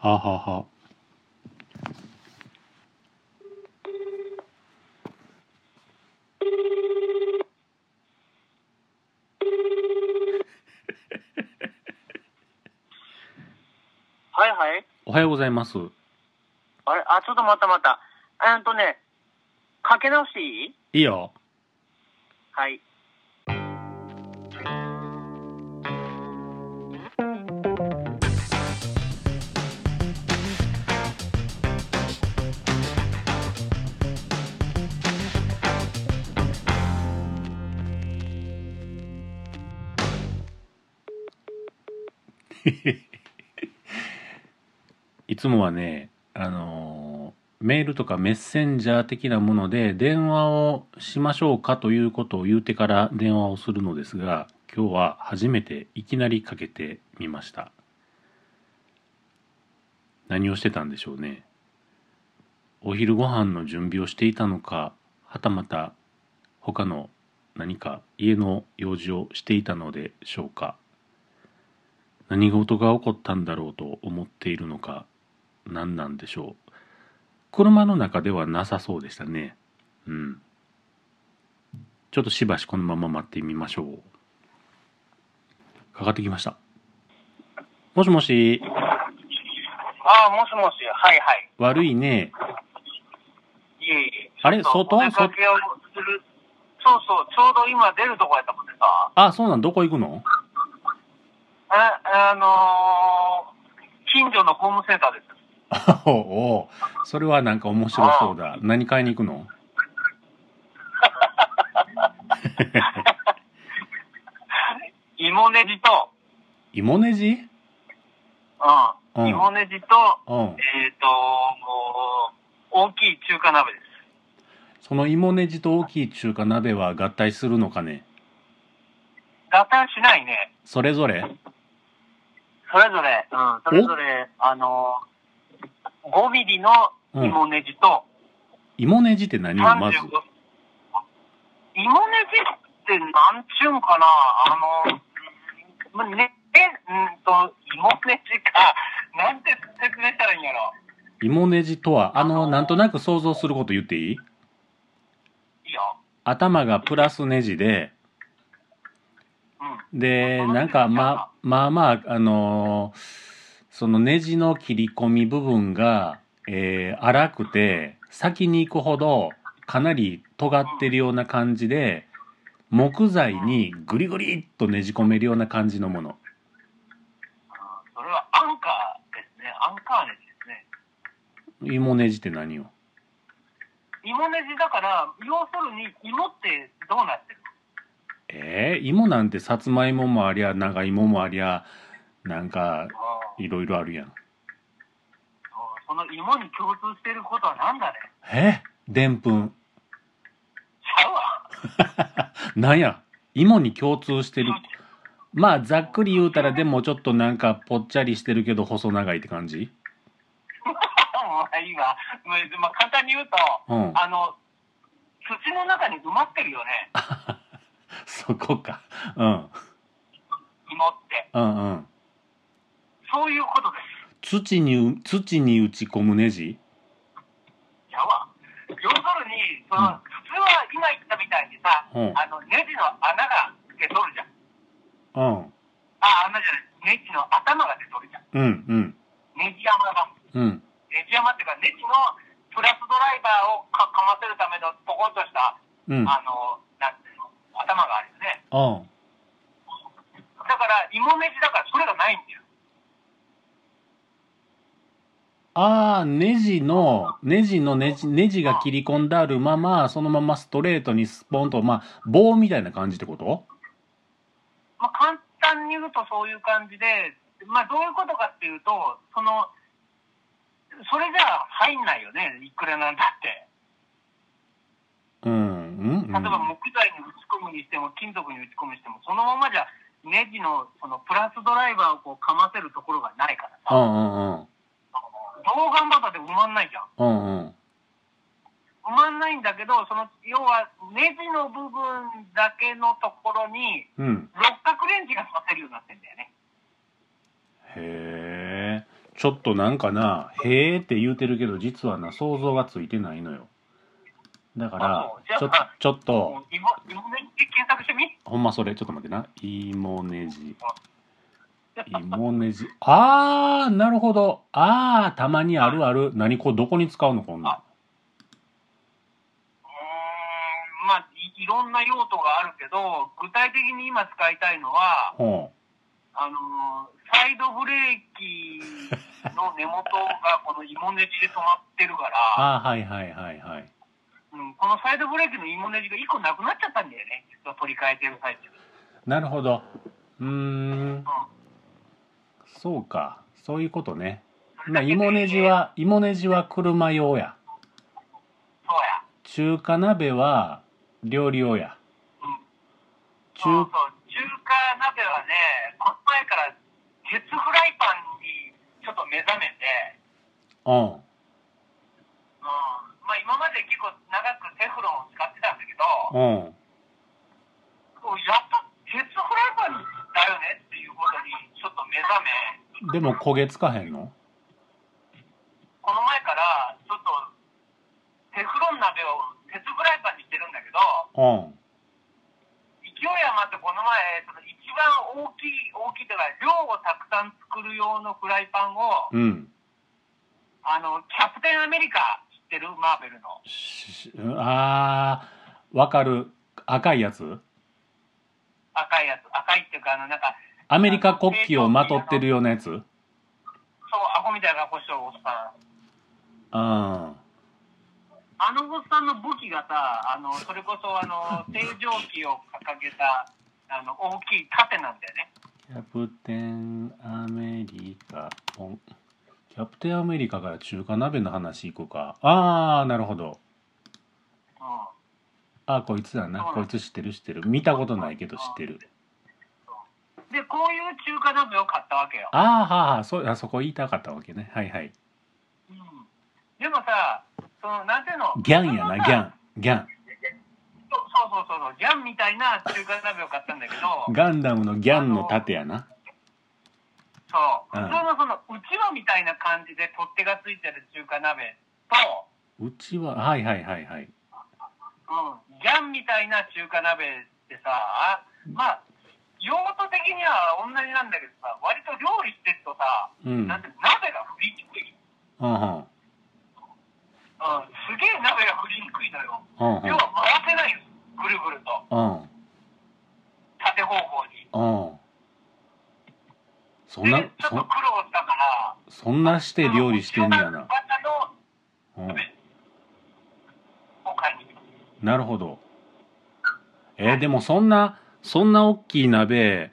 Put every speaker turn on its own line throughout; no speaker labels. あはは。
はいはい。
おはようございます。
あれあ、ちょっと待った待った。えーっとね、かけ直していい
いいよ。
はい。
いつもはね、あのーメールとかメッセンジャー的なもので電話をしましょうかということを言うてから電話をするのですが、今日は初めていきなりかけてみました。何をしてたんでしょうね。お昼ご飯の準備をしていたのか、はたまた他の何か家の用事をしていたのでしょうか。何事が起こったんだろうと思っているのか何なんでしょう車の中ではなさそうでしたねうんちょっとしばしこのまま待ってみましょうかかってきましたもしもし
ああ、もしもし。はいはい。
悪いね
いえいえ。
あれ
ちょっ
外
とお出かけをする。そうそう、ちょうど今出るとこやったもんでさ。
あそうなんどこ行くの
え、あのー、近所のホームセンターです。
おおそれはなんか面白そうだ何買いに行くの
芋ネジと、
芋ネジ
う。
うんん
芋ネジと、
うん
えっ、ともう大きい中華鍋です。
その芋ネジと大きい中華鍋は合体するのかね
合体しないね。
それぞれ
それぞれ、うん、それぞれ、あのー、5ミリの
うん。
芋ネジと、
芋ネジって何をまず
35。。芋ネジってなんちゅうんかな、あのー、まね、え、うんと、芋ネジか、なんて説明したらいいんやろ。
芋ネジとは、あの、なんとなく想像すること言っていい
いいよ。
頭がプラスネジで、
うん。
で、なんか、ま、まあまあ、あのーそのネジの切り込み部分が、えー、荒くて、先に行くほど、かなり尖ってるような感じで、木材にぐりぐりっとねじ込めるような感じのもの。
うんそれはアンカーですね。アンカーネジですね。
芋ネジって何よ
芋ネジだから、要するに芋ってどうなってる
えー、芋なんてさつまいももありゃ長芋もありゃなんか
の
いろいろあるやん
その芋に共通していることはなんだね
えでんぷん
ちゃうわ。
なんや芋に共通してるまあざっくり言うたらでもちょっとなんかぽっちゃりしてるけど細長いって感じ
もう今、もうまあ、簡単に言うと、
うん
あの、土の中に埋まってるよね、
そこか、うん、
芋って。
うんうん
そういうことです。
土にう土に打ち込むネジ
ちゃうわ。要するに、その、土は今言ったみたいにさ、
うん
あの、ネジの穴が出とるじゃ
う
ん。
ん
あ、穴じゃない。ネジの頭が出とるじゃん。
うんうん
ネジ山が。
うん
ネジ山っていうか、ネジのプラスドライバーをかかませるためのポコンとした、
うん
あの、なんていうの、頭がある
うん
よね。だから、芋ネジだからそれがないんだよ。
ああ、ネジの、ネジのネジ、ネジが切り込んであるまま、そのままストレートにスポンと、まあ、棒みたいな感じってこと
まあ、簡単に言うとそういう感じで、まあ、どういうことかっていうと、その、それじゃ入んないよね、いくらなんだって。
うん、うん、うん
例えば木材に打ち込むにしても、金属に打ち込むにしても、そのままじゃ、ネジのそのプラスドライバーをこうかませるところがないから
う
さ、
ん、うん、うん、
どう頑張ったって埋まんないじゃん。
うん、うん。
埋まんないんだけど、その、要は、ネジの部分だけのところに、
うん。
六角レンジがさせるようになってんだよね。
へえ。ちょっとなんかな、へーって言うてるけど、実はな、想像がついてないのよ。だから
あ、
ち
そ
ょ
うじゃあ
ちょっと
も、う芋芋ねじ検索してみ
ほんまそれ、ちょっと待ってな。いもねじ。い
芋
もねじ。あー、なるほど。あー、たまにあるある。何これ、どこに使うのこんなん。
うーんまあいいろんな用途があるけど具体的に今使いたいのは
ほ
あのーサイドブレーキの根元がこの芋ネジで止まってるか
う。
ら、
あー、はいはいはいはい。
うん、このサイドブレーキの芋ネジが1個なくなっちゃったんだよね実は取り替えてる最中、う
なるほど。うーん、
ん、
そうか。そういうことね。
それ
な、
だけで
いもねじは、いもねじは車用や。
そうや
中華鍋は料理用や。
そうそう中華鍋はねこの前から鉄フライパンにちょっと目覚めて、
うん。
うんまあ、今まで結構長くテフロンを使ってたんだけ
う
ど
ん。
こうやっと鉄フライパンだよねっていうことにちょっと目覚
で
め
も焦げつかへんの
この前からちょっとテフロン鍋を鉄フライパンにしてるんだけど
うん。
勢い余ってこの前その一番大きい大きいというか量をたくさん作る用のフライパンを
うん。
あのキャプテンアメリカ知ってるマーベルの
ししあー、わかる。赤いやつ
赤いやつ赤いっていうかあのなんか
アメリカ国旗をまとってるようなやつ
そうアホみたいな腰をおっさ
う
ん
ん。
あのおっさんの武器がさあのそれこそあの正常期を掲げたあの大きい盾なんだよね
キャプテンアメリカ、ポン。キャプテンアメリカから中華鍋の話行くか。あー、なるほど。
うん
あー、こいつだな。こいつ知ってる知ってる。見たことないけど知ってる。
でこういう中華鍋を買ったわけよ、
あー、はーはー、そう、あそこ言いたかったわけね。はいはい。
うん、でもさそのなんていうの
ギャンやな、ギャ
ン
ン。ギャン。
そうそうそうそうギャンみたいな中華鍋を買ったんだけ ど
ガンダムのギャンの盾やな。
そう
うん
普通のそのうちわみたいな感じで取っ手がついてる中華鍋と、
うちは、はいはいはいはい。
うん、ギャンみたいな中華鍋ってさあまあ用途的には同じなんだけどさ割と料理してるとさ、
うん。
なんて鍋が振りにくい、
うんうん。
うん、すげえ鍋が振りにくいのよ
うん
要は回せないんですぐるぐると
うん。
縦方向に。
うん。うん。そんな
で、ちょっと
そ、
苦労したから。
そんなして料理してんねやな。
中
う
の
ん。
を買いに行きま
なるほど。えーでもそんな、そんな大きい鍋、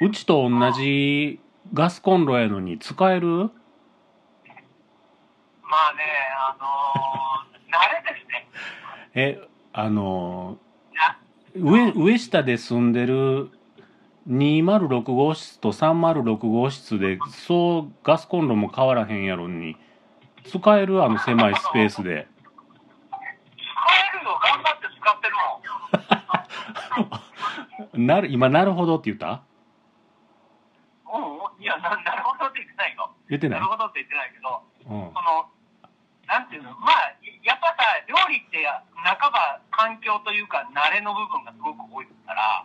うちと同じガスコンロやのに使える
すまあね、あの ー、慣れですね。
え、あの
な
ー上、上下で住んでる206号室と306号室で、そうガスコンロも変わらへんやろに、使えるあの狭いスペースで。
使えるよ、頑張って使ってるもん。
なる、今、なるほどって言った
うん、いやな、なるほどって言ってないよ。
言ってな
ないるほどって言ってないけど、
うん
そ。の、なんていうの、まあ、やっぱさ、料理って、半ば環境というか、慣れの部分がすごく多いから、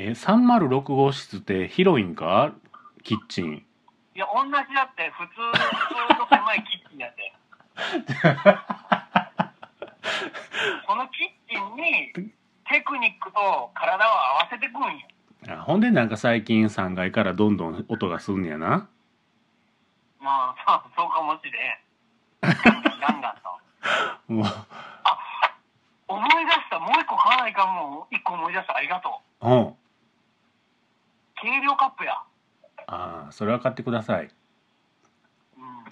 え、306号室って広いんかキッチン。
いや、同じだって、普通、普通の狭いキッチンだって。このキッチンに、テクニックと体を合わせてくんよ。
あほんでなんか最近3階からどんどん音がすんねやな。
まあ、そうそうかもしれん。ガンガンガンと。
もう、
思い出した、もう一個買わないかも、一個思い出した、ありがとう。
うん。
軽量カップや。
ああ、それは買ってください。
うん、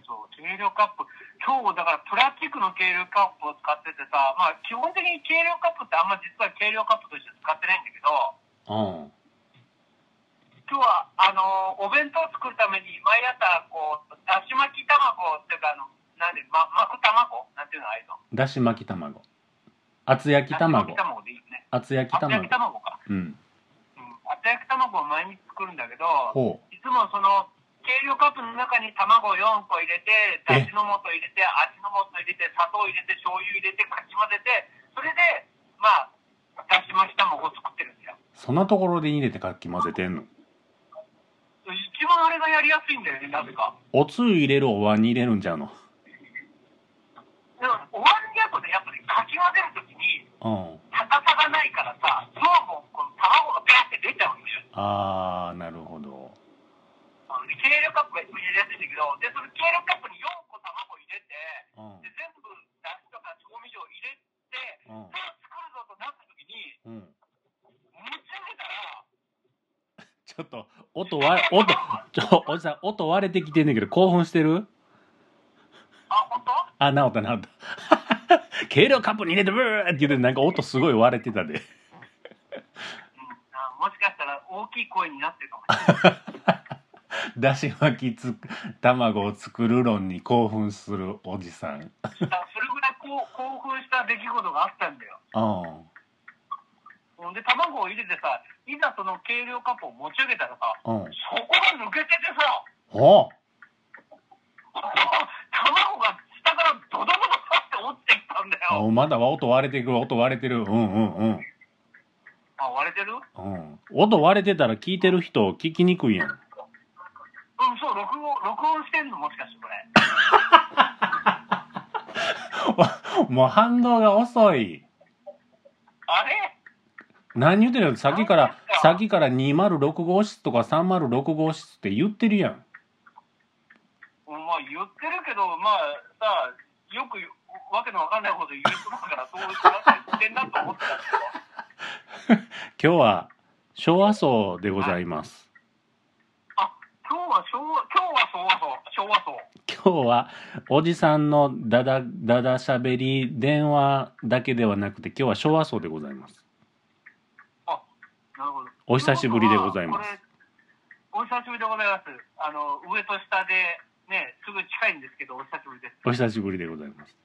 そう、軽量カップ。今日、だから、プラスチックの軽量カップを使っててさ、まあ、基本的に軽量カップってあんま実は軽量カップとして使ってないんだけど、
うん。
今日はあのーお弁当を作るために毎朝こうだし巻き卵っていうかあのなんで、ま、巻く卵なんていうのああいうの
だし巻き卵。厚焼き
だし巻
卵
き。卵でいいよね
厚焼き
厚焼
卵
き。卵か、
うん。
うん、厚焼き卵を毎日作るんだけど
ほ
いつもその計量カップの中に卵4個入れて、だしの素入れて、味の素入れて、砂糖入れて、醤油入れて、かき混ぜて、それで、まあ、だし巻き卵を作ってるんですよ。
そんなところで入れてかき混ぜてんの
一番あれがやりやすいんだよね、なぜか。
おつゆ入れるお椀に入れるんじゃうの
でも、お椀にやるとね、やっぱりかき混ぜるときに、
うん
高さがないからさ、どうもこの卵がビャって出ちゃうんだよ。
あーなるほど
うん計量カップが一番やりやすいんだけど、で、その計量カップに4個卵入れて、
うん
で全部だしとか調味料入れ
う
て、
ん
さあ作るぞとなった時に、
うん
むちゃけたら、
ちょっと音わ音ちょおじさん音割れてきてんねんけど興奮してる
あ、本当
あ直った直った 軽量カップに入れてブーって言ってなんか音すごい割れてたで
うんあもしかしたら大きい声になってるかもしれない。
だし巻きつ卵を作る論に興奮するおじさん
だからそれぐらいこう興奮した出来事があったんだよ。
うん
ほんで、卵を入れてさ、いざその計量カップを持ち上げたらさ、
うん
そこが抜けててさ、
お
卵が下からドドドドって落ちてきたんだよ。
おまだ音割れてくる音割れてるうんうんうん
あ、割れてるうん、
うん音割れてたら聞いてる人聞きにくいやん
そう、録音、録音してんのもしかしてこれ。
わもう反応が遅い
あれ
何言ってるのさっきからさっきから206号室とか306号室って言ってるやん
まあ言ってるけど、まあさ、よくわけのわかんないこと言う人だから、そういう話してんなと思ってたんだけど。
今日は昭和層でございます
今日は昭和、今日は昭和層、昭和層。
今日はおじさんのだだだだしゃべり電話だけではなくて今日は昭和層でございます
なるほど。
お久しぶりでございます
これ。お久しぶりでございます。あの、上と下で、ね、すぐ近いんですけど、お久しぶりです。
お久しぶりでございます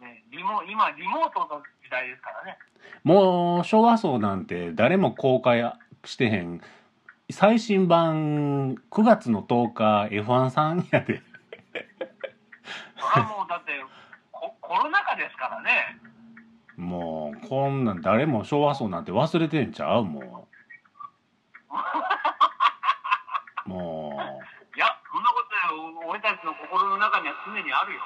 ね、リモ、今、リモートの時代ですからね。
もう昭和層なんて誰も公開してへん最新版9月の10日 F1 さんやで
それはもう、だって、ココロナ禍ですからね。
もうこんなん誰も昭和層なんて忘れてんちゃうもうもう
いや、そんなことよ、俺たちの心の中には常にあるよ。